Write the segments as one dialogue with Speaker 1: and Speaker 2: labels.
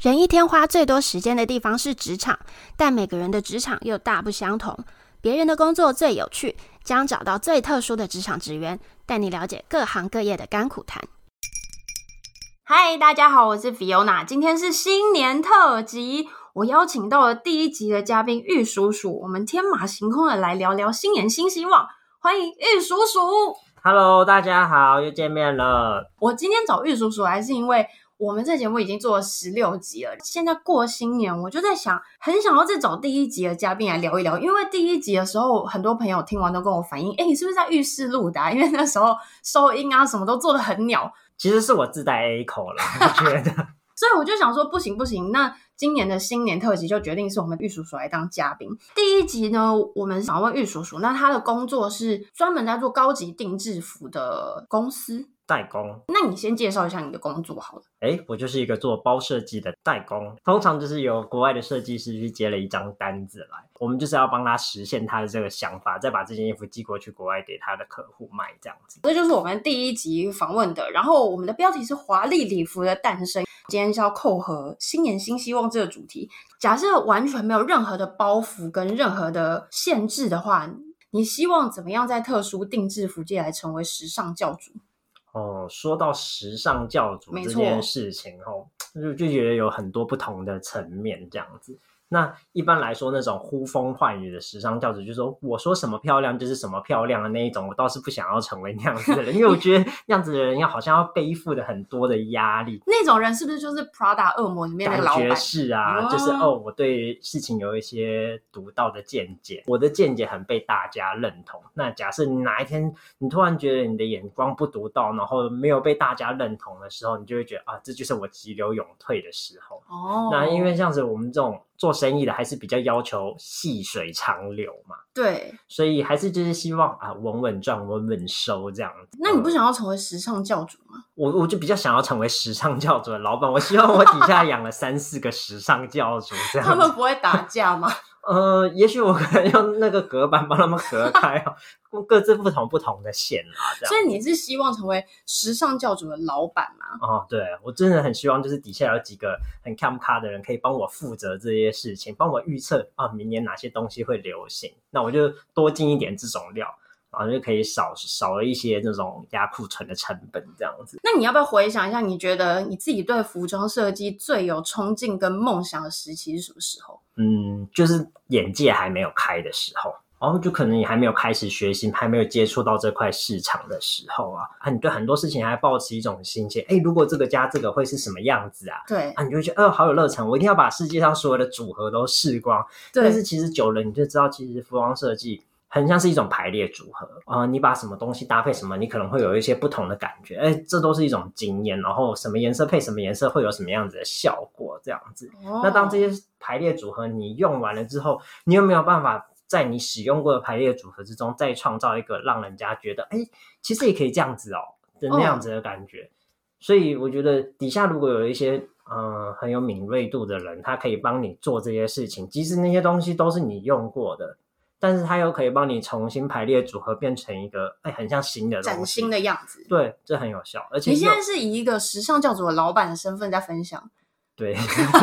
Speaker 1: 人一天花最多时间的地方是职场，但每个人的职场又大不相同。别人的工作最有趣，将找到最特殊的职场职员，带你了解各行各业的甘苦谈。
Speaker 2: 嗨，大家好，我是 Fiona，今天是新年特辑，我邀请到了第一集的嘉宾玉叔叔，我们天马行空的来聊聊新年新希望，欢迎玉叔叔。
Speaker 3: Hello，大家好，又见面了。
Speaker 2: 我今天找玉叔叔来是因为我们这节目已经做了十六集了，现在过新年，我就在想，很想要再找第一集的嘉宾来聊一聊，因为第一集的时候，很多朋友听完都跟我反映，哎，你是不是在浴室录的、啊？因为那时候收音啊什么都做的很鸟，
Speaker 3: 其实是我自带 A 口啦，我觉得。
Speaker 2: 所以我就想说，不行不行，那今年的新年特辑就决定是我们玉叔叔来当嘉宾。第一集呢，我们想问玉叔叔，那他的工作是专门在做高级定制服的公司，
Speaker 3: 代工，
Speaker 2: 那你先介绍一下你的工作好了。
Speaker 3: 哎，我就是一个做包设计的代工，通常就是由国外的设计师去接了一张单子来，我们就是要帮他实现他的这个想法，再把这件衣服寄过去国外给他的客户卖，这样子。
Speaker 2: 这就是我们第一集访问的，然后我们的标题是“华丽礼服的诞生”。今天是要扣合新年新希望这个主题。假设完全没有任何的包袱跟任何的限制的话，你希望怎么样在特殊定制服界来成为时尚教主？
Speaker 3: 哦，说到时尚教主
Speaker 2: 没
Speaker 3: 这
Speaker 2: 错
Speaker 3: 件事情哦，就就觉得有很多不同的层面这样子。那一般来说，那种呼风唤雨的时尚教主，就是说我说什么漂亮就是什么漂亮的那一种，我倒是不想要成为那样子的人，因为我觉得那样子的人要好像要背负的很多的压力，
Speaker 2: 那种人是不是就是 Prada 恶魔里面那个
Speaker 3: 感
Speaker 2: 老板
Speaker 3: 觉？是啊，就是
Speaker 2: 哦
Speaker 3: 哦，我对事情有一些独到的见解，我的见解很被大家认同。那假设你哪一天你突然觉得你的眼光不独到，然后没有被大家认同的时候，你就会觉得啊，这就是我急流勇退的时候。
Speaker 2: 哦，
Speaker 3: 那因为像是我们这种做生意的，还是比较要求细水长流嘛，
Speaker 2: 对，
Speaker 3: 所以还是就是希望啊稳稳赚、稳稳收这样子。
Speaker 2: 那你
Speaker 3: 嗯
Speaker 2: 不想要成为时尚教主吗？
Speaker 3: 我我就比较想要成为时尚教主的老板，我希望我底下养了三四个时尚教主这
Speaker 2: 他
Speaker 3: 样
Speaker 2: 们
Speaker 3: 子。
Speaker 2: 不会打架 吗？
Speaker 3: 呃，也许我可能用那个隔板帮他们隔开哦，各自不同不同的线啊，这样。
Speaker 2: 所以你是希望成为时尚教主的老板吗？
Speaker 3: 哦，对我真的很希望，就是底下有几个很看不咖的人，可以帮我负责这些事情，帮我预测啊，明年哪些东西会流行，那我就多进一点这种料，然后就可以少少了一些这种压库存的成本，这样子。
Speaker 2: 那你要不要回想一下，你觉得你自己对服装设计最有冲劲跟梦想的时期是什么时候？
Speaker 3: 嗯，就是眼界还没有开的时候，然后就可能你还没有开始学习，还没有接触到这块市场的时候啊，啊，你对很多事情还抱持一种新鲜，哎，如果这个加这个会是什么样子啊？
Speaker 2: 对
Speaker 3: 啊，你就会觉得，哦，好有热忱，我一定要把世界上所有的组合都试光。
Speaker 2: 对
Speaker 3: 但是其实久了，你就知道，其实服装设计很像是一种排列组合啊、呃你把什么东西搭配什么，你可能会有一些不同的感觉。哎，这都是一种经验。然后什么颜色配什么颜色，会有什么样子的效果，这样子。那当这
Speaker 2: 哦
Speaker 3: 些排列组合你用完了之后，你有没有办法在你使用过的排列组合之中，再创造一个让人家觉得，哎，其实也可以这样子哦的那样子的感觉？所以我觉得底下如果有一些呃很有敏锐度的人，他可以帮你做这些事情，即使那些东西都是你用过的。但是他又可以帮你重新排列组合，变成一个哎、很像新的东西，
Speaker 2: 崭新的样子。
Speaker 3: 对，这很有效，而且
Speaker 2: 你现
Speaker 3: 又
Speaker 2: 在是以一个时尚教主的老板的身份在分享，
Speaker 3: 对，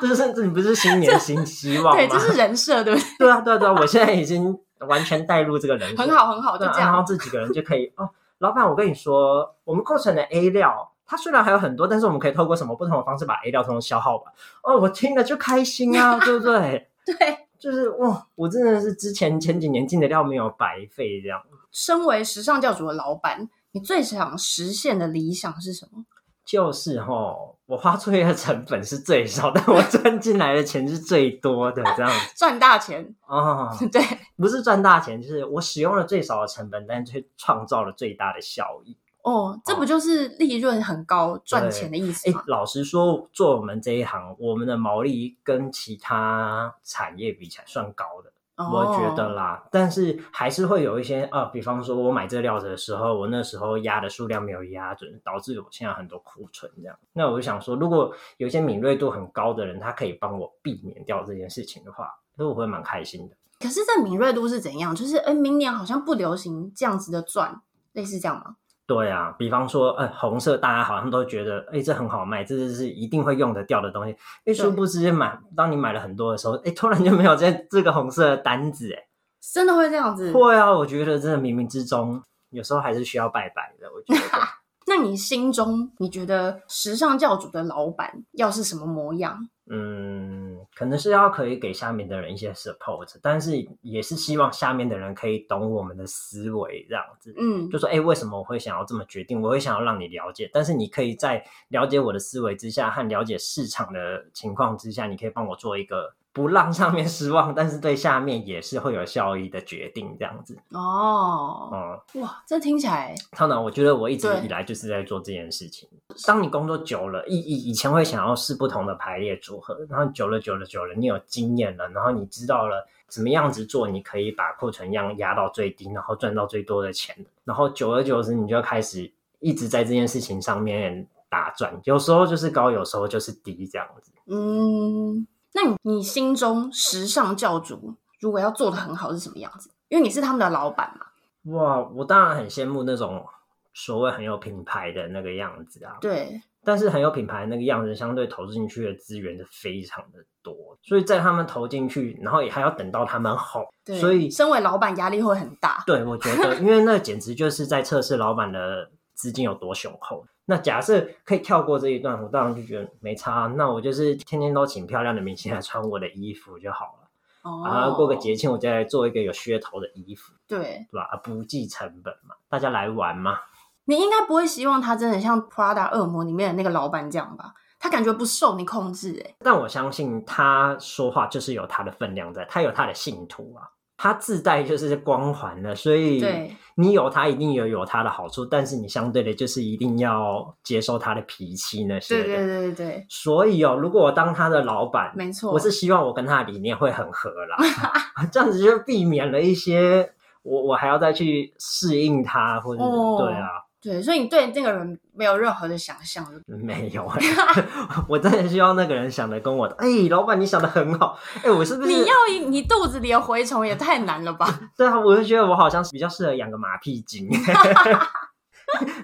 Speaker 3: 这是这你不是新年新希望吗？
Speaker 2: 对，这是人设，对不对？
Speaker 3: 对啊，对啊，对啊，我现在已经完全带入这个人设，
Speaker 2: 很好，很好，就
Speaker 3: 对啊。
Speaker 2: 这
Speaker 3: 然后
Speaker 2: 样。
Speaker 3: 这几个人就可以哦，老板，我跟你说，我们构成的 A 料，它虽然还有很多，但是我们可以透过什么不同的方式把 A 料通通消耗完。哦，我听了就开心啊，对不对？
Speaker 2: 对，
Speaker 3: 就是哇，我真的是之前前几年进的料没有白费这样。
Speaker 2: 身为时尚教主的老板，你最想实现的理想是什么？
Speaker 3: 就是哈、我花出去的成本是最少，但我赚进来的钱是最多的这样子
Speaker 2: 赚大钱，
Speaker 3: 哦。
Speaker 2: 对，
Speaker 3: 不是赚大钱，就是我使用了最少的成本，但却创造了最大的效益。
Speaker 2: 哦，这不就是利润很高、赚钱的意思
Speaker 3: 哎
Speaker 2: 吗，？
Speaker 3: 老实说，做我们这一行，我们的毛利跟其他产业比起来算高的，我觉得
Speaker 2: 哦
Speaker 3: 啦。但是还是会有一些啊、呃比方说我买这料子的时候，我那时候压的数量没有压准，导致我现在很多库存这样。那我就想说，如果有一些敏锐度很高的人，他可以帮我避免掉这件事情的话，那我会蛮开心的。
Speaker 2: 可是这敏锐度是怎样？就是哎，诶明年好像不流行这样子的赚，类似这样吗？
Speaker 3: 对啊，比方说，呃，红色大家好像都觉得，哎、这很好卖，这就是一定会用得掉的东西。哎，殊不知买，当你买了很多的时候，哎，突然就没有这这个红色的单子，哎，
Speaker 2: 真的会这样子。
Speaker 3: 会啊，我觉得真的冥冥之中，有时候还是需要拜拜的。我觉得
Speaker 2: 那你心中你觉得时尚教主的老板要是什么模样？
Speaker 3: 嗯，可能是要可以给下面的人一些 support，但是也是希望下面的人可以懂我们的思维这样子。
Speaker 2: 嗯，
Speaker 3: 就说哎、诶为什么我会想要这么决定？我会想要让你了解，但是你可以在了解我的思维之下和了解市场的情况之下，你可以帮我做一个不让上面失望，但是对下面也是会有效益的决定这样子。
Speaker 2: 哦，
Speaker 3: 嗯，
Speaker 2: 哇，这听起来
Speaker 3: 当然，我觉得我一直
Speaker 2: 对
Speaker 3: 以来就是在做这件事情。当你工作久了，以以以前会想要试不同的排列组合，然后久了久了久了，你有经验了，然后你知道了怎么样子做，你可以把库存量压到最低，然后赚到最多的钱。然后久而久之，你就开始一直在这件事情上面打转，有时候就是高，有时候就是低，这样子。
Speaker 2: 嗯，那你你心中时尚教主如果要做的很好是什么样子？因为你是他们的老板嘛，
Speaker 3: 哇，我当然很羡慕那种所谓很有品牌的那个样子啊。
Speaker 2: 对，
Speaker 3: 但是很有品牌那个样子，相对投进去的资源是非常的多，所以在他们投进去，然后也还要等到他们红，
Speaker 2: 对，
Speaker 3: 所以
Speaker 2: 身为老板压力会很大，
Speaker 3: 对我觉得，因为那简直就是在测试老板的资金有多雄厚。那假设可以跳过这一段，我当然就觉得没差，啊那我就是天天都请漂亮的明星来穿我的衣服就好了，
Speaker 2: 哦，
Speaker 3: 然啊后过个节庆我再来做一个有噱头的衣服，
Speaker 2: 对
Speaker 3: 对吧？啊不计成本嘛，大家来玩嘛，
Speaker 2: 你应该不会希望他真的像 Prada 恶魔里面的那个老板这样吧？他感觉不受你控制、欸，
Speaker 3: 但我相信他说话就是有他的分量在，他有他的信徒啊，他自带就是光环的，所以
Speaker 2: 对
Speaker 3: 你有他一定有有他的好处，但是你相对的就是一定要接受他的脾气那些
Speaker 2: 对
Speaker 3: 的。
Speaker 2: 对对对对，
Speaker 3: 所以哦，如果我当他的老板，
Speaker 2: 没错，
Speaker 3: 我是希望我跟他的理念会很合啦， 这样子就避免了一些我我还要再去适应他，或者是、
Speaker 2: 哦
Speaker 3: 对啊，
Speaker 2: 对，所以你对这个人没有任何的想象，
Speaker 3: 没有、欸， 我真的希望那个人想的跟我的，哎、老板你想的很好，哎、我是不是
Speaker 2: 你要你肚子里的蛔虫也太难了 吧？
Speaker 3: 对啊，我就觉得我好像比较适合养个马屁精。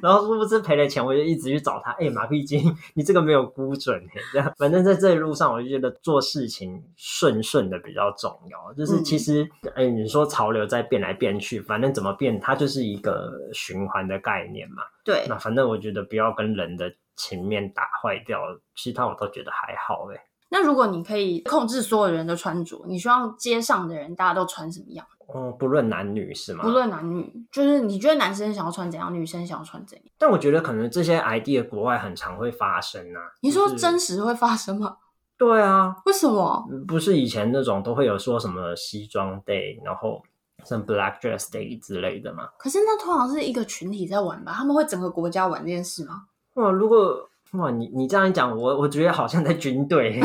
Speaker 3: 然后殊不知赔了钱，我就一直去找他。哎、马屁精，你这个没有估准、欸。这样，反正在这一路上，我就觉得做事情顺顺的比较重要。就是其实，哎、你说潮流在变来变去，反正怎么变，它就是一个循环的概念嘛。
Speaker 2: 对
Speaker 3: 那，反正我觉得不要跟人的情面打坏掉，其他我都觉得还好、欸。哎，
Speaker 2: 那如果你可以控制所有人的穿着，你希望街上的人大家都穿什么样？
Speaker 3: 哦，不论男女是吗？
Speaker 2: 不论男女，就是你觉得男生想要穿怎样，女生想要穿怎样？
Speaker 3: 但我觉得可能这些 idea 国外很常会发生啊。
Speaker 2: 你
Speaker 3: 就
Speaker 2: 说
Speaker 3: 是
Speaker 2: 真实会发生吗？
Speaker 3: 对啊，
Speaker 2: 为什么？
Speaker 3: 不是以前那种都会有说什么西装 day，然后像 black dress day 之类的嘛。
Speaker 2: 可是那通常是一个群体在玩吧？他们会整个国家玩这件事吗？
Speaker 3: 哇，如果哇你你这样一讲，我我觉得好像在军 队。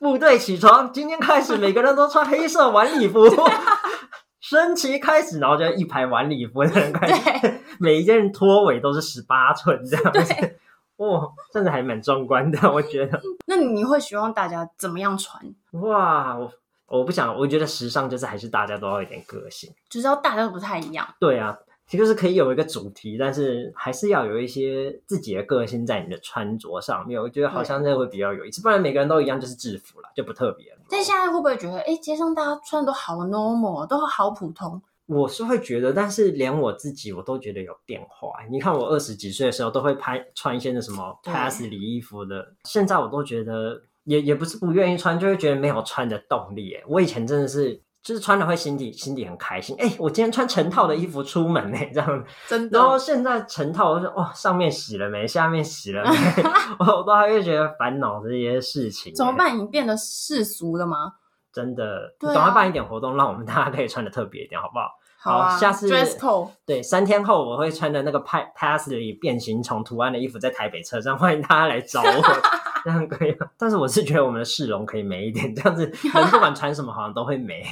Speaker 3: 部队起床，今天开始每个人都穿黑色晚礼服， 升旗开始，然后就一排晚礼服的人开始，每一件拖尾都是十八寸这样子。哇，真的还蛮壮观的，我觉得。
Speaker 2: 那你会希望大家怎么样穿？
Speaker 3: 哇，我我不想，我觉得时尚就是还是大家都要有点个性。
Speaker 2: 就是要大家都不太一样。
Speaker 3: 对啊，就是可以有一个主题，但是还是要有一些自己的个性在你的穿着上面。我觉得好像这会比较有意思，不然每个人都一样就是制服啦，就不特别了。
Speaker 2: 但现在会不会觉得，哎，街上大家穿的都好 normal，都好普通？
Speaker 3: 我是会觉得，但是连我自己我都觉得有变化。欸你看我二十几岁的时候都会拍穿一些那什么
Speaker 2: 对
Speaker 3: pass 里衣服的，现在我都觉得也也不是不愿意穿，就会觉得没有穿的动力欸耶。我以前真的是。就是穿了会心里心里很开心，哎、我今天穿成套的衣服出门呢、欸这样
Speaker 2: 真
Speaker 3: 然后现在成套，我就哇、哦，上面洗了没，下面洗 了没，我我都还会觉得烦恼这些事情、
Speaker 2: 怎么？办？你变得世俗了吗？
Speaker 3: 真的，
Speaker 2: 对啊
Speaker 3: 赶快办一点活动，让我们大家可以穿的特别一点，好不好？
Speaker 2: 好啊，
Speaker 3: 好下次
Speaker 2: dress code
Speaker 3: 对，三天后我会穿的那个 pa- pass 里变形虫图案的衣服，在台北车站，欢迎大家来找 我，这样可以吗？但是我是觉得我们的市容可以美一点，这样子人不管穿什么好像都会美、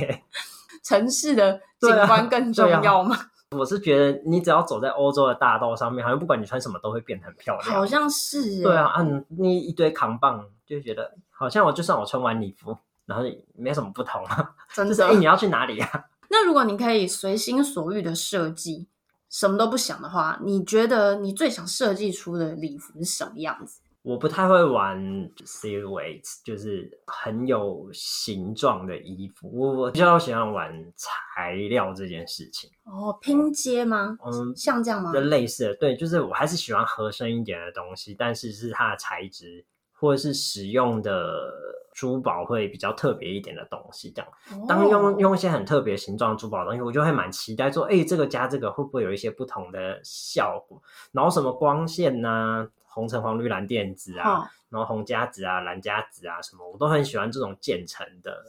Speaker 2: 城市的景
Speaker 3: 对啊
Speaker 2: 观更重要吗？
Speaker 3: 我是觉得你只要走在欧洲的大道上面，好像不管你穿什么都会变得很漂亮。
Speaker 2: 好像是耶
Speaker 3: 对啊，，嗯，那一堆扛棒就觉得好像我就算我穿完礼服，然后也没什么不同啊。
Speaker 2: 真
Speaker 3: 就是哎、诶你
Speaker 2: 的。
Speaker 3: 要去哪里啊？
Speaker 2: 那如果你可以随心所欲的设计什么都不想的话，你觉得你最想设计出的礼服是什么样子？
Speaker 3: 我不太会玩 silhouettes，就是很有形状的衣服。我我比较喜欢玩材料这件事情。
Speaker 2: 哦，拼接吗？
Speaker 3: 嗯，
Speaker 2: 像这样吗
Speaker 3: 这？类似的，对，就是我还是喜欢合身一点的东西，但是是它的材质或者是使用的珠宝会比较特别一点的东西。这样，当用
Speaker 2: 哦、
Speaker 3: 用一些很特别形状的珠宝的东西，我就会蛮期待说，哎、这个加这个会不会有一些不同的效果？然后什么光线呐、红橙黄绿蓝靛紫啊，
Speaker 2: 哦
Speaker 3: 然后红夹子啊、蓝夹子啊什么，我都很喜欢这种渐层的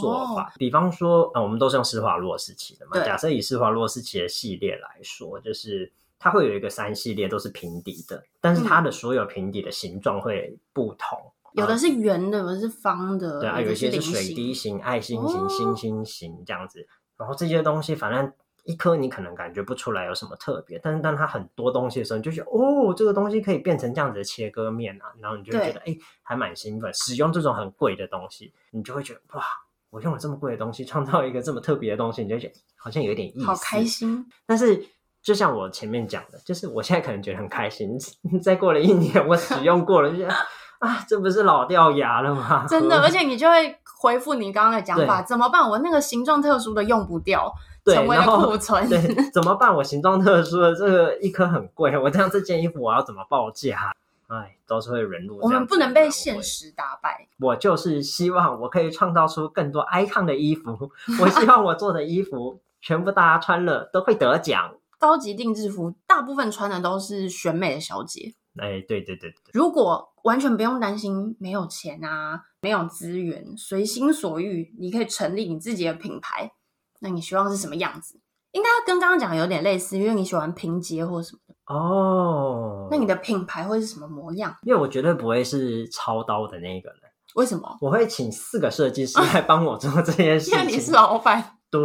Speaker 3: 做法。比方说，呃，我们都是用施华洛世奇的嘛。
Speaker 2: 哦对
Speaker 3: 假设以施华洛世奇的系列来说，就是它会有一个三系列都是平底的，但是
Speaker 2: 嗯
Speaker 3: 它的所有平底的形状会不同。
Speaker 2: 有的是圆的，有的是方的，
Speaker 3: 对啊，
Speaker 2: 嗯有
Speaker 3: 有
Speaker 2: 的
Speaker 3: 一些
Speaker 2: 菱
Speaker 3: 是水
Speaker 2: 形
Speaker 3: 滴型、爱心
Speaker 2: 哦
Speaker 3: 型、星星型这样子。然后这些东西，反正一颗你可能感觉不出来有什么特别，但是当它很多东西的时候，你就觉得哦，这个东西可以变成这样子的切割面啊，然后你就会觉得哎，还蛮兴奋。使用这种很贵的东西，你就会觉得哇，我用了这么贵的东西，创造一个这么特别的东西，你就会觉得好像有一点意思，
Speaker 2: 好开。心。
Speaker 3: 但是就像我前面讲的，就是我现在可能觉得很开心， 再过了一年，我使用过了，就觉得啊，这不是老掉牙了吗？
Speaker 2: 真的，而且你就会回复你刚刚的讲法，
Speaker 3: 对
Speaker 2: 怎么办？我那个形状特殊的用不掉，
Speaker 3: 对
Speaker 2: 成为了
Speaker 3: 然后
Speaker 2: 库存。
Speaker 3: 对，怎么办？我形状特殊的这个一颗很贵，我这样这件衣服我要怎么报价？哎，都是会沦入。
Speaker 2: 我们不能被现。实打败。
Speaker 3: 我就是希望我可以创造出更多 icon 的衣服。我希望我做的衣服全部大家穿了都会得奖。
Speaker 2: 高级定制服大部分穿的都是选美的小姐，
Speaker 3: 哎，对对对对，
Speaker 2: 如果完全不用担心没有钱啊，没有资源，随心所欲，你可以成立你自己的品牌，那你希望是什么样子？应该跟刚刚讲的有点类似，因为你喜欢拼接或什么的，
Speaker 3: 哦，
Speaker 2: 那你的品牌会是什么模样？
Speaker 3: 因为我绝对不会是操刀的那个人，
Speaker 2: 为什么？
Speaker 3: 我会请四个设计师来帮我做 这件事
Speaker 2: 因
Speaker 3: 情。
Speaker 2: 为啊你是老板，
Speaker 3: 对，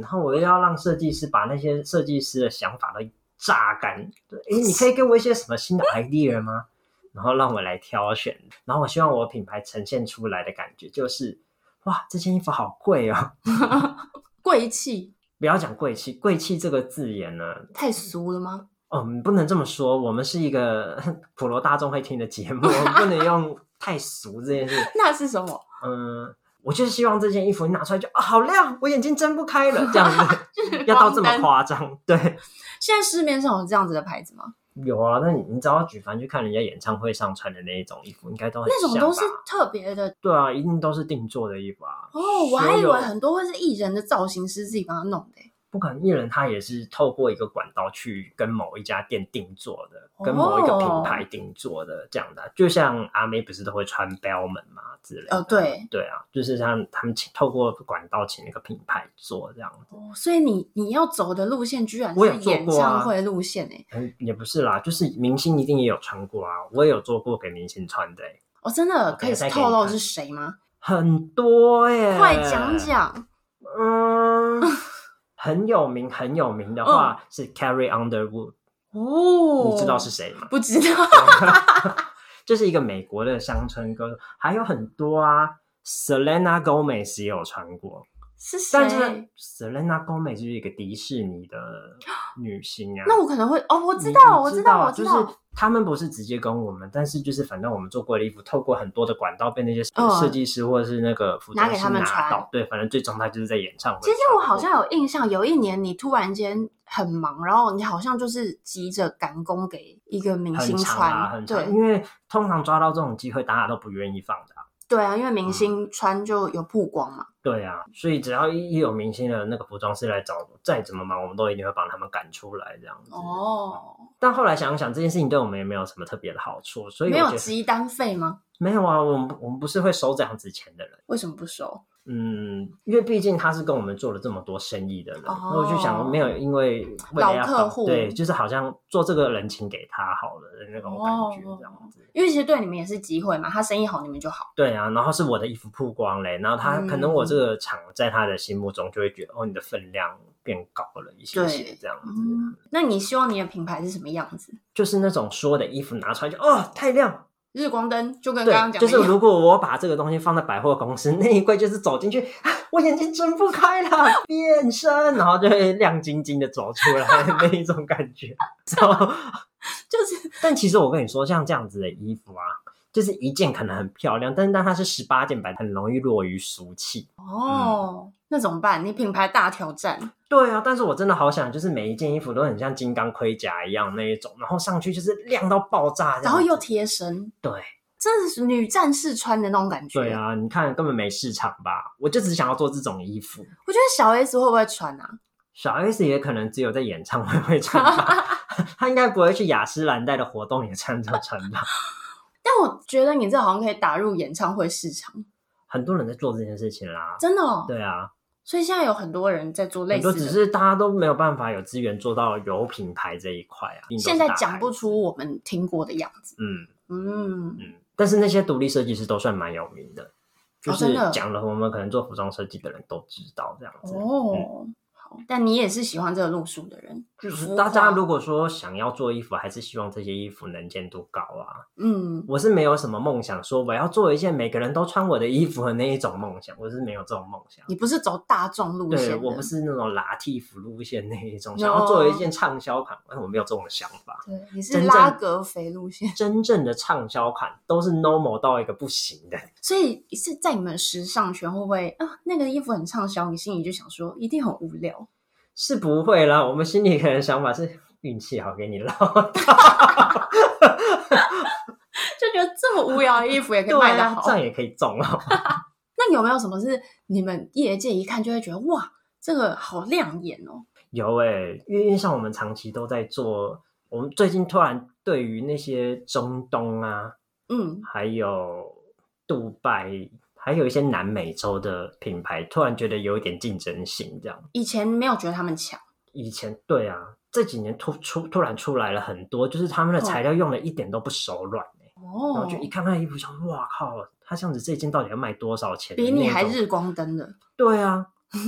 Speaker 3: 然后我又要让设计师把那些设计师的想法都榨干。诶，你可以给我一些什么新的 idea 吗？然后让我来挑选。然后我希望我品牌呈现出来的感觉就是，哇，这件衣服好贵哦！
Speaker 2: 贵气
Speaker 3: 不要讲贵气，贵气这个字眼呢，
Speaker 2: 太俗了吗？
Speaker 3: 哦，嗯，不能这么说。我们是一个 普罗大众会听的节目，我们不 能用太俗这件事。
Speaker 2: 那是什么？
Speaker 3: 嗯，我就是希望这件衣服你拿出来就啊，好亮，我眼睛睁不开了，这样
Speaker 2: 是
Speaker 3: 子，嗯要到这么
Speaker 2: 光
Speaker 3: 夸张，对。
Speaker 2: 现在市面上有这样子的牌子吗？
Speaker 3: 有啊，那你你只要举凡去看人家演唱会上穿的那一种衣服，应该都很
Speaker 2: 那种
Speaker 3: 像
Speaker 2: 都
Speaker 3: 吧
Speaker 2: 是特别的
Speaker 3: 对啊，一定都是定做的衣服啊。
Speaker 2: 哦，我还以
Speaker 3: 所有
Speaker 2: 为很多会是艺人的造型师自己帮他弄的欸、
Speaker 3: 不可能艺人他也是透过一个管道去跟某一家店定做的，跟某一个品牌定做的这样的啊、就像阿妹不是都会穿 Bellman 嘛之类的。
Speaker 2: 哦对
Speaker 3: 对啊，就是像他们请透过管道请那个品牌做这样子。
Speaker 2: 哦，所以你你要走的路线居然
Speaker 3: 我有
Speaker 2: 是
Speaker 3: 做
Speaker 2: 演
Speaker 3: 过啊
Speaker 2: 唱会路线哎、
Speaker 3: 嗯，也不是啦，就是明星一定也有穿过啊，我也有做过给明星穿的欸、
Speaker 2: 哦，真的
Speaker 3: OK，
Speaker 2: 可以
Speaker 3: 再给
Speaker 2: 透
Speaker 3: 你
Speaker 2: 露
Speaker 3: 看呃
Speaker 2: 是谁吗？
Speaker 3: 很多耶、
Speaker 2: 快讲讲
Speaker 3: 嗯， 很有名很有名的话、是 Carrie Underwood，、
Speaker 2: 嗯哦！
Speaker 3: 你知道是谁 吗？
Speaker 2: 不知 道？
Speaker 3: 就是一个美国的乡村歌手，还有很多啊。Selena Gomez 也有穿过，
Speaker 2: 是
Speaker 3: 但是
Speaker 2: 谁？
Speaker 3: Selena Gomez 就是一个迪士尼的女星啊。
Speaker 2: 那我可能会哦，我
Speaker 3: 你
Speaker 2: 知
Speaker 3: 你
Speaker 2: 道，我
Speaker 3: 知啊
Speaker 2: 道，我
Speaker 3: 就
Speaker 2: 知
Speaker 3: 是
Speaker 2: 道。
Speaker 3: 他们不是直接跟我们，但是就是反正我们做过的衣服，透过很多的管道被那些
Speaker 2: 嗯
Speaker 3: 设计师或者是那个服
Speaker 2: 拿
Speaker 3: 装
Speaker 2: 给
Speaker 3: 师
Speaker 2: 他们
Speaker 3: 拿
Speaker 2: 穿
Speaker 3: 到。对，反正最终他就是在演唱会
Speaker 2: 其
Speaker 3: 穿
Speaker 2: 实
Speaker 3: 过。
Speaker 2: 我好像有印象，有一年你突然间很忙，然后你好像就是急着赶工给一个明
Speaker 3: 很
Speaker 2: 星
Speaker 3: 长
Speaker 2: 穿，
Speaker 3: 啊，很长，
Speaker 2: 对
Speaker 3: 因为通常抓到这种机会，大家都不愿意放的啊、
Speaker 2: 对啊，因为明星穿就有曝光嘛。
Speaker 3: 对啊，所以只要一一有明星的那个服装师来找我，再怎么忙，我们都一定会帮他们赶出来这样子。，
Speaker 2: 哦，
Speaker 3: 但后来想想，这件事情对我们也没有什么特别的好处，所以
Speaker 2: 没
Speaker 3: 我
Speaker 2: 有
Speaker 3: 觉得
Speaker 2: 集单费吗？
Speaker 3: 没有啊，我们我们不是会收这样子钱的人，
Speaker 2: 为什么不收？
Speaker 3: 嗯，因为毕竟他是跟我们做了这么多生意的人，
Speaker 2: 哦
Speaker 3: 那我就想没有因为为了要
Speaker 2: 老客
Speaker 3: 帮
Speaker 2: 户
Speaker 3: 对，就是好像做这个人情给他好了的那种感
Speaker 2: 哦
Speaker 3: 觉这样子。
Speaker 2: 因为其实对你们也是机会嘛，他生意好，你们就好。
Speaker 3: 对啊，然后是我的衣服曝光嘞，然后他、
Speaker 2: 嗯
Speaker 3: 可能我这个厂在他的心目中就会觉得，哦，你的分量变高了一些些
Speaker 2: 对嗯
Speaker 3: 这样子，
Speaker 2: 嗯，那你希望你的品牌是什么样子？
Speaker 3: 就是那种说的衣服拿出来就哦太亮，
Speaker 2: 日光灯就跟刚刚讲
Speaker 3: 对，就
Speaker 2: 的
Speaker 3: 是
Speaker 2: 一样，
Speaker 3: 如果我把这个东西放在百货公司那一柜，就是走进去，啊我眼睛睁不开了，变身，然后就会亮晶晶的走出来 那一种感觉。然后
Speaker 2: 就是
Speaker 3: 但其实我跟你说，像这样子的衣服啊，就是一件可能很漂亮，但是当它是十八件版，很容易落于俗气。
Speaker 2: 哦，那怎么办？你品牌大挑战，
Speaker 3: 对啊，但是我真的好想，就是每一件衣服都很像金刚盔甲一样那一种，然后上去就是亮到爆炸这样子，
Speaker 2: 然后又贴身，
Speaker 3: 对
Speaker 2: 这是女战士穿的那种感觉。
Speaker 3: 对，啊，你看根本没市场吧？我就只想要做这种衣服。
Speaker 2: 我觉得小 S 会不会穿啊？
Speaker 3: 小 S 也可能只有在演唱会会 穿吧，他应该不会去雅诗兰黛的活动也穿这穿吧？
Speaker 2: 但我觉得你这好像可以打入演唱会市场，
Speaker 3: 很多人在做这件事情啦。
Speaker 2: 真的哦。
Speaker 3: 对啊，
Speaker 2: 所以现在有很多人在做类
Speaker 3: 很多
Speaker 2: 似
Speaker 3: 只
Speaker 2: 的。
Speaker 3: 是大家都没有办法有资源做到有品牌这一块啊。一定都是
Speaker 2: 现在
Speaker 3: 大牌
Speaker 2: 讲不出我们听过的样子。
Speaker 3: 嗯
Speaker 2: 嗯，
Speaker 3: 嗯，但是那些独立设计师都算蛮有名的，就是
Speaker 2: 哦真的
Speaker 3: 讲了我们可能做服装设计的人都知道这样子。
Speaker 2: 哦，好，但你也是喜欢这个路数的人，
Speaker 3: 就是
Speaker 2: 浮
Speaker 3: 大
Speaker 2: 夸
Speaker 3: 家如果说想要做衣服，还是希望这些衣服能见度高啊。
Speaker 2: 嗯，
Speaker 3: 我是没有什么梦想，说我要做一件每个人都穿我的衣服的那一种梦想，我是没有这种梦想。
Speaker 2: 你不是走大众路线
Speaker 3: 对
Speaker 2: 的，哦
Speaker 3: 我不是那种拉替服路线那一种，
Speaker 2: No
Speaker 3: 想要做一件畅销款，但我没有这种想法。
Speaker 2: 对，你是
Speaker 3: 真正
Speaker 2: 拉格肥路线，
Speaker 3: 真正的畅销款都是 normal 到一个不行的，
Speaker 2: 所以是在你们时尚圈会不会啊？那个衣服很畅销，你心里就想说一定很无聊，
Speaker 3: 是不会啦。我们心里可能想法是运气好给你捞到，
Speaker 2: 就觉得这么无聊的衣服也可以
Speaker 3: 对
Speaker 2: 卖得
Speaker 3: 啊
Speaker 2: 好，。
Speaker 3: 这样也可以中哦。
Speaker 2: 那有没有什么是你们业界一看就会觉得哇，这个好亮眼哦？
Speaker 3: 有诶、因为因为像我们长期都在做，我们最近突然对于那些中东啊，
Speaker 2: 嗯，
Speaker 3: 还有杜拜，还有一些南美洲的品牌，突然觉得有一点竞争性。这样，
Speaker 2: 以前没有觉得他们强，
Speaker 3: 以前对啊，这几年突出突然出来了很多，就是他们的材料用的一点都不手软、欸然
Speaker 2: 哦
Speaker 3: 后就一看那衣服，想说哇靠，他这样子这件到底要卖多少钱？
Speaker 2: 比你
Speaker 3: 那种
Speaker 2: 还日光灯的
Speaker 3: 对啊，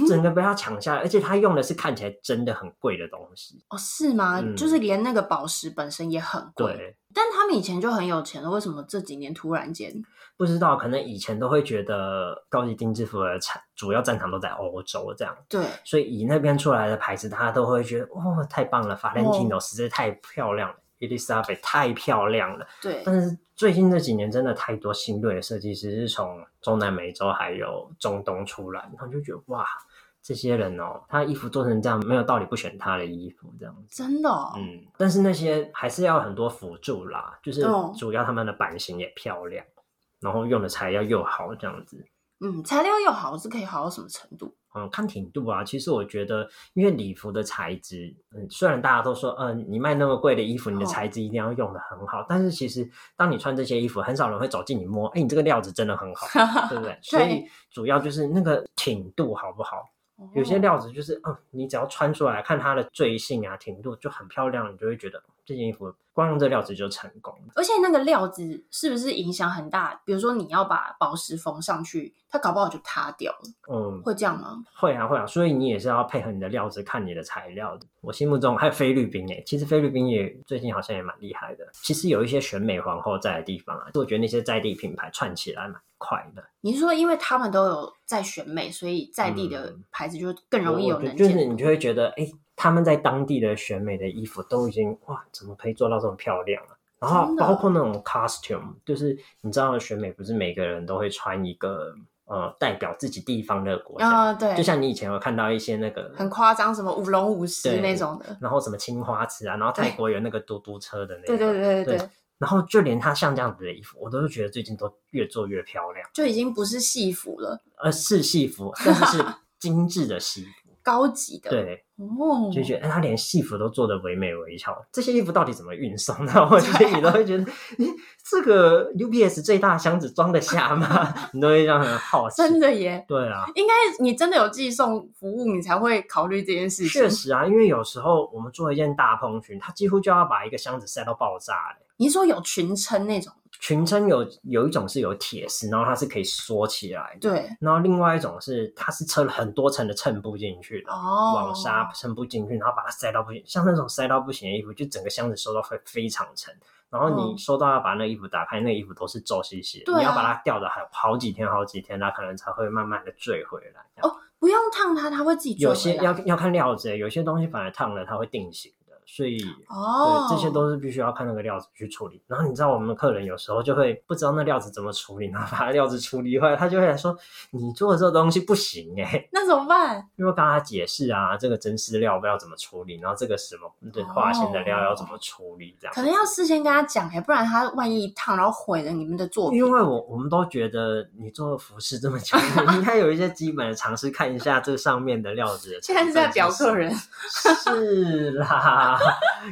Speaker 3: 整个被他抢下来，而且他用的是看起来真的很贵的东西。
Speaker 2: 哦？是吗？
Speaker 3: 嗯
Speaker 2: 就是连那个宝石本身也很贵，
Speaker 3: 对，
Speaker 2: 但他们以前就很有钱了，为什么这几年突然间？
Speaker 3: 不知道可能以前都会觉得高级定制服的产主要战场都在欧洲这样。
Speaker 2: 对，
Speaker 3: 所以以那边出来的牌子，大家都会觉得哦，太棒了，Valentino 实在太漂亮了，Elizabeth 太漂亮了。
Speaker 2: 对，
Speaker 3: 但是最近这几年，真的太多新锐的设计师是从中南美洲还有中东出来，然后就觉得哇，这些人哦，他衣服做成这样，没有道理不选他的衣服这样子。
Speaker 2: 真的、哦，
Speaker 3: 嗯，但是那些还是要很多辅助啦，就是
Speaker 2: 哦
Speaker 3: 主要他们的版型也漂亮，然后用的材料又好这样子。
Speaker 2: 嗯，材料又好是可以好到什么程度？
Speaker 3: 嗯，看挺度啊。其实我觉得，因为礼服的材质，嗯，虽然大家都说，嗯、你卖那么贵的衣服，你的
Speaker 2: 哦
Speaker 3: 材质一定要用的很好，但是其实当你穿这些衣服，很少人会走近你摸，哎，你这个料子真 的很好， 对不对？所以主要就是那个挺度好不好？有
Speaker 2: 哦
Speaker 3: 些料子就是，嗯，你只要穿出来，看它的坠性啊、挺度就很漂亮，你就会觉得这件衣服光用这料子就成功了。
Speaker 2: 而且那个料子是不是影响很大？比如说你要把宝石缝上去，它搞不好就塌掉了，
Speaker 3: 嗯，
Speaker 2: 会这样吗？
Speaker 3: 会啊，会啊，所以你也是要配合你的料子，看你的材料。我心目中还有菲律宾诶、欸其实菲律宾也最近好像也蛮厉害的。其实有一些选美皇后在的地方啊，我觉得那些在地品牌串起来蛮快的，
Speaker 2: 你是说因为他们都有在选美，所以在地的
Speaker 3: 嗯
Speaker 2: 牌子就更容易
Speaker 3: 我
Speaker 2: 有
Speaker 3: 我觉得
Speaker 2: 能
Speaker 3: 就
Speaker 2: 见
Speaker 3: 是
Speaker 2: 度
Speaker 3: 你就会觉得，哎、他们在当地的选美的衣服都已经哇，怎么可以做到这么漂亮啊？然后
Speaker 2: 真的
Speaker 3: 包括那种 costume，就是你知道选美不是每个人都会穿一个呃代表自己地方的国家，
Speaker 2: 啊？对，
Speaker 3: 就像你以前有看到一些那个
Speaker 2: 很夸张，什么舞龙舞狮
Speaker 3: 对
Speaker 2: 那种的。
Speaker 3: 然后什么青花瓷啊，然后泰国有那个嘟嘟车的那
Speaker 2: 对
Speaker 3: 个，
Speaker 2: 对对对对
Speaker 3: 对，然后就连它像这样子的衣服，我都是觉得最近都越做越漂亮，
Speaker 2: 就已经不是戏服了，
Speaker 3: 呃，是戏服，但 是是精致的戏服，
Speaker 2: 高级的。，
Speaker 3: 对，
Speaker 2: 哦，
Speaker 3: 就觉得哎它连戏服都做的唯美唯巧，这些衣服到底怎么运送？ 然后
Speaker 2: 啊
Speaker 3: 我心里都会觉得，咦，这个 UPS 最大箱子装得下吗？ 你都会让人好奇，
Speaker 2: 真的耶。
Speaker 3: 对啊，
Speaker 2: 应该你真的有寄送服务，你才会考虑这件事情。
Speaker 3: 确，实啊，因为有时候我们做一件大蓬裙，它几乎就要把一个箱子塞到爆炸了。
Speaker 2: 你是说有裙撑那种，
Speaker 3: 裙撑有有一种是有铁丝，然后它是可以缩起来的，
Speaker 2: 对，
Speaker 3: 然后另外一种是它是撑了很多层的衬布进去的，
Speaker 2: 哦，
Speaker 3: 网纱，撑不进去，然后把它塞到不行，像那种塞到不行的衣服，就整个箱子收到会非常沉，然后你
Speaker 2: 嗯
Speaker 3: 收到要把那衣服打开，那衣服都是皱兮兮的，
Speaker 2: 对
Speaker 3: 你要
Speaker 2: 啊
Speaker 3: 把它吊的好好几天好几天，它可能才会慢慢的坠回来。这样
Speaker 2: 哦不用烫它，它会自己
Speaker 3: 有
Speaker 2: 做
Speaker 3: 些
Speaker 2: 回
Speaker 3: 要
Speaker 2: 来。
Speaker 3: 要看料子，欸有些东西反而烫了它会定型的，所以
Speaker 2: 哦，
Speaker 3: 对，这些都是必须要看那个料子去处理。然后你知道我们的客人有时候就会不知道那料子怎么处理，然后把料子处理坏，他就会来说你做的这个东西不行哎、
Speaker 2: 那怎么办？
Speaker 3: 因为刚刚他解释啊，这个真丝料不要怎么处理，然后这个什么对
Speaker 2: 哦
Speaker 3: 花线的料要怎么处理这样。
Speaker 2: 可能要事先跟他讲哎、不然他万一一烫，然后毁了你们的作品。
Speaker 3: 因为我我们都觉得你做服饰这么久，你应该有一些基本的常识，看一下这上面的料子的成
Speaker 2: 现
Speaker 3: 分
Speaker 2: 在是
Speaker 3: 是什么。
Speaker 2: 在表客人，
Speaker 3: 是啦，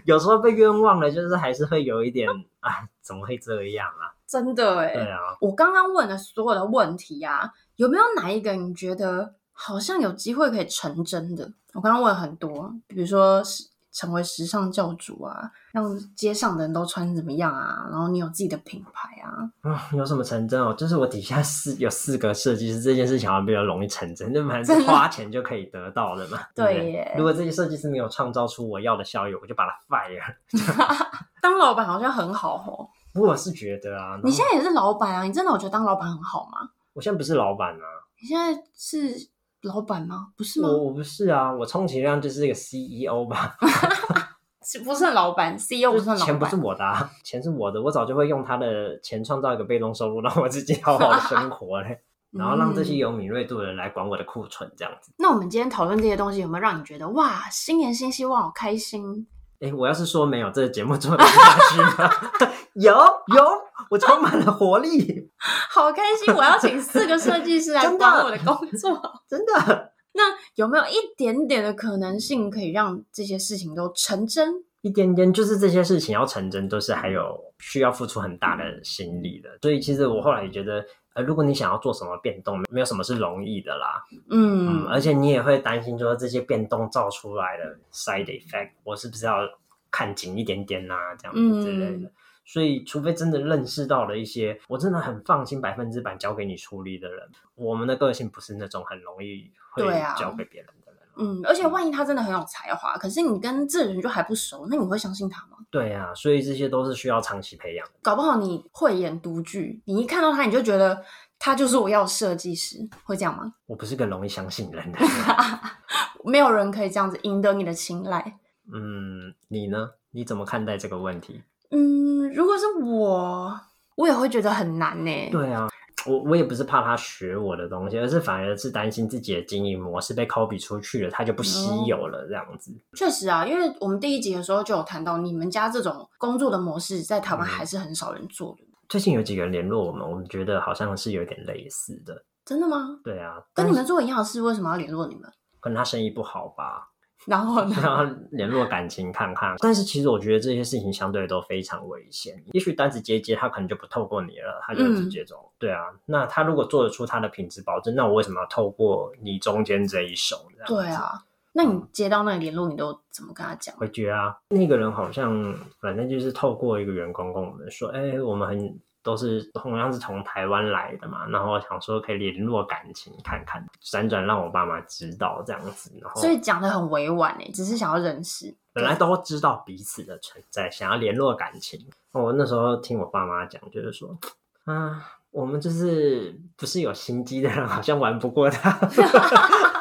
Speaker 3: 有时候被冤枉了，就是还是会有一点，哎，怎么会这样啊？
Speaker 2: 真的哎、
Speaker 3: 对啊，
Speaker 2: 我刚刚问的所有的问题啊，有没有哪一个你觉得好像有机会可以成真的？我刚刚问了很多，比如说是成为时尚教主啊，让街上的人都穿怎么样啊，然后你有自己的品牌啊，
Speaker 3: 啊、有什么成真哦？就是我底下四有四个设计师，这件事情好像比较容易成真，那反正是花钱就可以得到的嘛。
Speaker 2: 对
Speaker 3: 不对
Speaker 2: 耶
Speaker 3: 如果这些设计师没有创造出我要的效益，我就把他 fire。
Speaker 2: 当老板好像很好哦。
Speaker 3: 我是觉得啊，
Speaker 2: 你现在也是老板啊，你真的我觉得当老板很好吗？
Speaker 3: 我现在不是老板啊，
Speaker 2: 你现在是老板吗？不是吗？
Speaker 3: 我我不是啊，我充其量就是一个 CEO 吧，
Speaker 2: 是不算老板，CEO 不
Speaker 3: 就是
Speaker 2: 算老
Speaker 3: 钱不
Speaker 2: 板
Speaker 3: 是，我的、啊，钱是我的，我早就会用他的钱创造一个被动收入，让我自己好好的生活 嘞，然后让这些
Speaker 2: 啊嗯
Speaker 3: 有敏锐度的人来管我的库存这样子。
Speaker 2: 那我们今天讨论这些东西，有没有让你觉得哇，新年新希望，好开心？
Speaker 3: 哎，我要是说没有，这个节目做得下去吗？ 有有，我充满了活力，
Speaker 2: 好开心！我要请四个设计师来
Speaker 3: 真的
Speaker 2: 帮我的工作。
Speaker 3: 真的，
Speaker 2: 那有没有一点点的可能性可以让这些事情都成真？
Speaker 3: 一点点就是这些事情要成真，都是还有需要付出很大的心力的。所以其实我后来也觉得，呃，如果你想要做什么变动，没有什么是容易的啦。
Speaker 2: 嗯
Speaker 3: 嗯，，而且你也会担心说这些变动造出来的 side effect，我是不是要看紧一点点呐、这样子之类的。
Speaker 2: 嗯
Speaker 3: 所以，除非真的认识到了一些我真的很放心百分之百交给你处理的人，我们的个性不是那种很容易会
Speaker 2: 对啊
Speaker 3: 交给别人的人。
Speaker 2: 嗯，而且万一他真的很有才华，可是你跟这人就还不熟，那你会相信他吗？
Speaker 3: 对啊，所以这些都是需要长期培养的。
Speaker 2: 搞不好你慧眼独具，你一看到他你就觉得他就是我要的设计师，会这样吗？
Speaker 3: 我不是个容易相信人的人。
Speaker 2: 没有人可以这样子赢得你的青睐。
Speaker 3: 嗯，你呢？你怎么看待这个问题？
Speaker 2: 嗯，如果是我，我也会觉得很难欸呢、
Speaker 3: 对啊，我我也不是怕他学我的东西，而是反而是担心自己的经营模式被 copy 出去了，它就不
Speaker 2: 哦
Speaker 3: 稀有了这样子。
Speaker 2: 确实啊，因为我们第一集的时候就有谈到，你们家这种工作的模式在
Speaker 3: 嗯
Speaker 2: 台湾还是很少人做的，
Speaker 3: 最近有几个人联络我们，我们觉得好像是有点类似的。
Speaker 2: 真的吗？
Speaker 3: 对啊，
Speaker 2: 跟
Speaker 3: 但
Speaker 2: 你
Speaker 3: 是
Speaker 2: 们做一样的事，为什么要联络你们？
Speaker 3: 可能他生意不好吧，
Speaker 2: 然后呢？
Speaker 3: 然后联络感情看看。但是其实我觉得这些事情相对都非常危险。也许单子接一接，他可能就不透过你了，他就直
Speaker 2: 嗯
Speaker 3: 接走。对啊，那他如果做得出他的品质保证，那我为什么要透过你中间这一手？这样子
Speaker 2: 对，啊，那你接到那个联络，你都怎么跟他讲？
Speaker 3: 回绝啊。那个人好像反正就是透过一个员工跟我们说，哎、我们很都是同样是从台湾来的嘛，然后想说可以联络感情看看，辗转让我爸妈知道这样子，然后
Speaker 2: 所以讲的很委婉诶、只是想要认 识。
Speaker 3: 本来都知道彼此的存在，想要联络感情。我那时候听我爸妈讲，就是说，啊，我们就是不是有心机的人，好像玩不过他。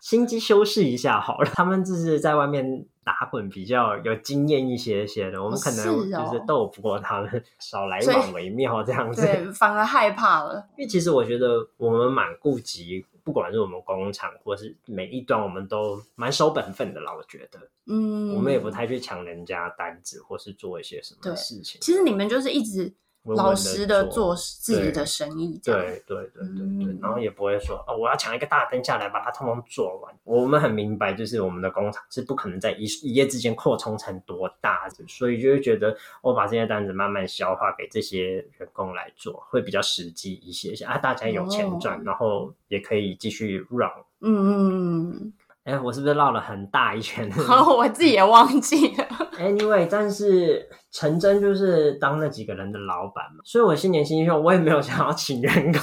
Speaker 3: 心机修饰一下好了，他们就是在外面打滚比较有经验一些些的，我们可能
Speaker 2: 是
Speaker 3: 就
Speaker 2: 哦
Speaker 3: 是斗不过他们，少 来
Speaker 2: 所以
Speaker 3: 往为妙这样子。
Speaker 2: 对，反而害怕了。
Speaker 3: 因为其实我觉得我们蛮顾及，不管是我们工厂或是每一端，我们都蛮守本分的啦。我觉得，
Speaker 2: 嗯，
Speaker 3: 我们也不。太去抢人家单子，或是做一些什
Speaker 2: 对
Speaker 3: 么事情。
Speaker 2: 其实你们就是一直
Speaker 3: 稳稳地
Speaker 2: 老实的
Speaker 3: 做
Speaker 2: 做自己的生意，这样
Speaker 3: 对对对对对，
Speaker 2: 嗯
Speaker 3: 然后也不会说哦，我要抢一个大灯下来把它通通做完。我们很明白，就是我们的工厂是不可能在一一夜之间扩充成多大的，所以就会觉得我、把这些单子慢慢消化给这些员工来做，会比较实际一些些啊。大家有钱
Speaker 2: 哦
Speaker 3: 赚，然后也可以继续 run。
Speaker 2: 嗯嗯嗯
Speaker 3: 哎，我是不是绕了很大一圈？
Speaker 2: 嗯， 好，我自己也忘记了。
Speaker 3: Anyway，但是陈真就是当那几个人的老板嘛，所以我新年新希望，我也没有想要请员 工。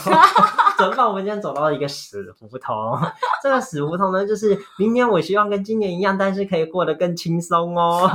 Speaker 3: 怎么办？我们今天走到一个死胡同，这个死胡同呢，就是明年我希望跟今年一样，但是可以过得更轻松哦。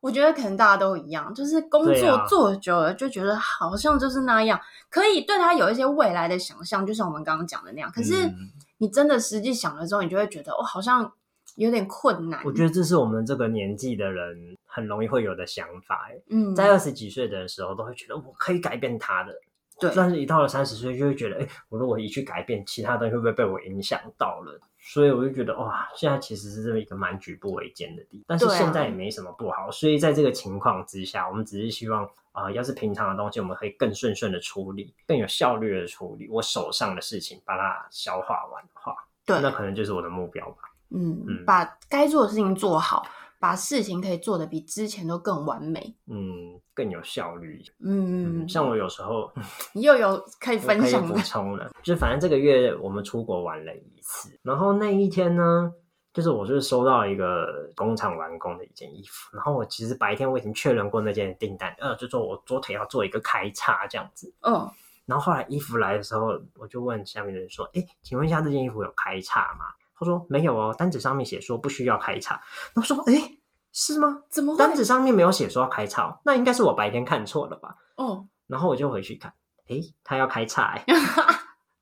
Speaker 2: 我觉得可能大家都一样，就是工
Speaker 3: 对
Speaker 2: 作
Speaker 3: 啊
Speaker 2: 做久了就觉得好像就是那样，可以对他有一些未来的想象，就像我们刚刚讲的那样。可是
Speaker 3: 嗯
Speaker 2: 你真的实际想了之后，你就会觉得哦，好像有点困难。
Speaker 3: 我觉得这是我们这个年纪的人很容易会有的想法、欸。
Speaker 2: 嗯，
Speaker 3: 在二十几岁的时候，都会觉得我可以改变他的。
Speaker 2: 对
Speaker 3: 但是一到了三十岁，就会觉得，哎，我如果一去改变，其他东西会不会被我影响到了？所以我就觉得，哇，现在其实是这么一个蛮举步维艰的地方，但是
Speaker 2: 对啊
Speaker 3: 现在也没什么不好。所以在这个情况之下，我们只是希望啊、要是平常的东西，我们可以更顺顺的处理，更有效率的处理我手上的事情，把它消化完的话，
Speaker 2: 对，
Speaker 3: 那可能就是我的目标吧。
Speaker 2: 嗯，
Speaker 3: 嗯
Speaker 2: 把该做的事情做好，把事情可以做得比之前都更完美。
Speaker 3: 嗯，更有效率。
Speaker 2: 嗯，
Speaker 3: 嗯，像我有时候
Speaker 2: 你又有可以
Speaker 3: 我可
Speaker 2: 分
Speaker 3: 以
Speaker 2: 享
Speaker 3: 补
Speaker 2: 的，
Speaker 3: 充了，就反正这个月我们出国玩了一次，然后那一天呢，就是我就是收到一个工厂完工的一件衣服，然后我其实白天我已经确认过那件订单，呃，就说我左腿要做一个开叉这样子，
Speaker 2: 嗯，
Speaker 3: 然后后来衣服来的时候，我就问下面的人说，哎，请问一下这件衣服有开叉吗？他说没有哦，单子上面写说不需要开叉，然后我说，哎，是吗？
Speaker 2: 怎么会？
Speaker 3: 单子上面没有写说要开叉哦，那应该是我白天看错了吧？
Speaker 2: 哦，
Speaker 3: 然后我就回去看，诶，他要开叉、欸，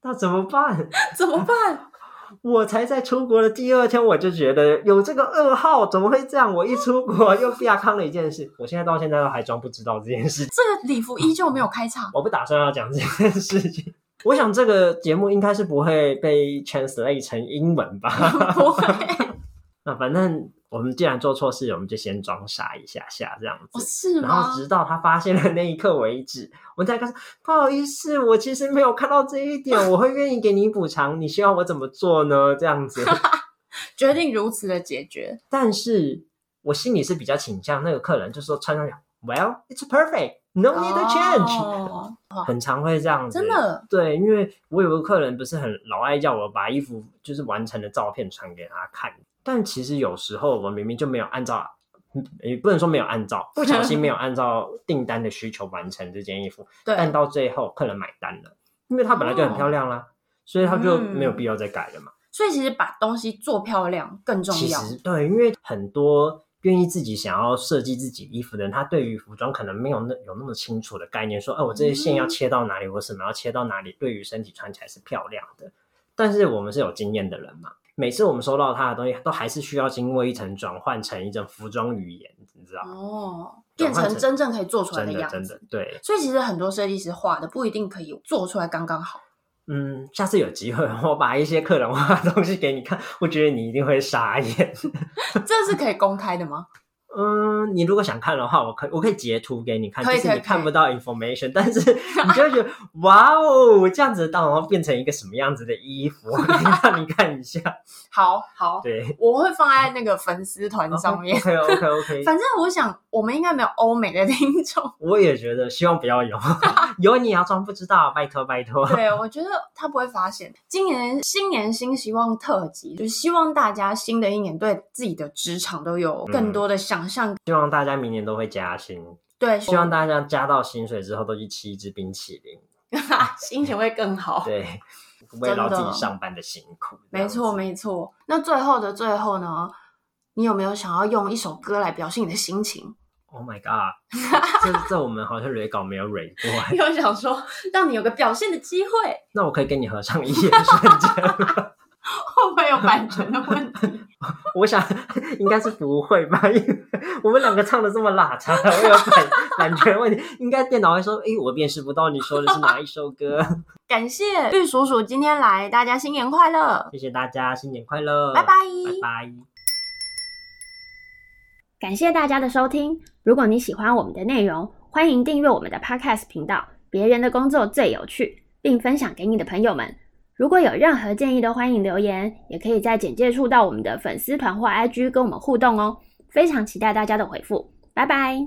Speaker 3: 那怎么办？
Speaker 2: 怎么 办？
Speaker 3: 我才在出国的第二天，我就觉得有这个噩耗，怎么会这样？我一出国又被他康了一件事，我现在到现在都还装不知道这件事情，
Speaker 2: 这个礼服依旧没有开场。
Speaker 3: 我不打算要讲这件事情。我想这个节目应该是不会被 translate 成英文吧？
Speaker 2: 不会，
Speaker 3: 那反正我们既然做错事，我们就先装傻一下下这样子。
Speaker 2: 哦，是
Speaker 3: 然后
Speaker 2: 吗？
Speaker 3: 直到他发现的那一刻为止，我才跟他说不好意思，我其实没有看到这一点，我会愿意给你补偿，你希望我怎么做呢？这 样子，
Speaker 2: 决定如此的解决，
Speaker 3: 但是我心里是比较倾向那个客人，就说穿上去，Well, it's perfect, no need to change，、
Speaker 2: 哦
Speaker 3: 很常会这样子，
Speaker 2: 真。的，
Speaker 3: Oh，对，因为我有个客人不是很老爱叫我把衣服就是完成的照片传给他看，但其实有时候我明明就没有按照，嗯也不能说没有按照，不小心没有按照订单的需求完成这件衣服，
Speaker 2: 对，
Speaker 3: 但到最后客人买单了，因为它本来就很漂亮啦，所以他就没有必要再改了嘛。
Speaker 2: 所以其实把东西做漂亮更重
Speaker 3: 其
Speaker 2: 要。
Speaker 3: 实对，因为很多愿意自己想要设计自己衣服的人，他对于服装可能没有那有那么清楚的概念，说，哎、我这些线
Speaker 2: 嗯
Speaker 3: 要切到哪里，我什么要切到哪里，对于身体穿起来是漂亮的。但是我们是有经验的人嘛，每次我们收到他的东西，都还是需要经过一层转换成一种服装语言，你知道？
Speaker 2: 哦，
Speaker 3: 转
Speaker 2: 变
Speaker 3: 换成
Speaker 2: 成真正可以做出来
Speaker 3: 真的
Speaker 2: 样
Speaker 3: 真
Speaker 2: 子
Speaker 3: 的。对，
Speaker 2: 所以其实很多设计师画的不一定可以做出来刚刚 好。
Speaker 3: 嗯，下次有机会 我把一些客人画的东西给你看，我觉得你一定会傻眼。
Speaker 2: 这是可以公开的吗？
Speaker 3: 嗯，你如果想看的话，我可以我可以截图给你看，
Speaker 2: 可以
Speaker 3: 就是
Speaker 2: 可以
Speaker 3: 你
Speaker 2: 可
Speaker 3: 看
Speaker 2: 以
Speaker 3: 不到 information，但是你就会觉得哇哦，这样子到然后变成一个什么样子的衣服，我可以让你看一下。
Speaker 2: 好好，
Speaker 3: 对，
Speaker 2: 我会放在那个粉丝团 上 面。
Speaker 3: OK OK 哦 OK，
Speaker 2: 反正我想，我们应该没有欧美的听众。
Speaker 3: 我也觉得希望不要 有，有你也要啊装不知道，拜托拜托。
Speaker 2: 对，我觉得他不会发现。今年新年新希望特辑，就是希望大家新的一年对自己的职场都有更
Speaker 3: 嗯
Speaker 2: 多的想象。
Speaker 3: 希望大家明年都会加薪，
Speaker 2: 对，
Speaker 3: 希望大家加到薪水之后都去吃一支冰淇淋。
Speaker 2: 心情会更好。
Speaker 3: 对，慰劳自
Speaker 2: 真的
Speaker 3: 己上班的辛苦。这
Speaker 2: 没
Speaker 3: 样子
Speaker 2: 错，没错。那最后的最后呢，你有没有想要用一首歌来表现你的心情？
Speaker 3: Oh my god，这这我们好像蕊稿没有蕊过。
Speaker 2: 有想说让你有个表现的机会，
Speaker 3: 那我可以跟你合唱一夜瞬间吗？
Speaker 2: 会不会有版权的问题？
Speaker 3: 我想 应该是不会吧，因为我们两个唱的这么拉差，会有版版权问题。应该电脑会说，诶，我辨识不到你说的是哪一首歌。
Speaker 2: 感谢玉鼠鼠今天来，大家新年快乐，
Speaker 3: 谢谢大家，新年快乐，
Speaker 2: 拜拜。
Speaker 3: 拜拜。
Speaker 1: 感谢大家的收听。如果你喜欢我们的内容，欢迎订阅我们的 Podcast 频道《别人的工作最有趣》，并分享给你的朋友们。如果有任何建议，都欢迎留言，也可以在简介处到我们的粉丝团或 IG 跟我们互动哦。非常期待大家的回复，拜拜。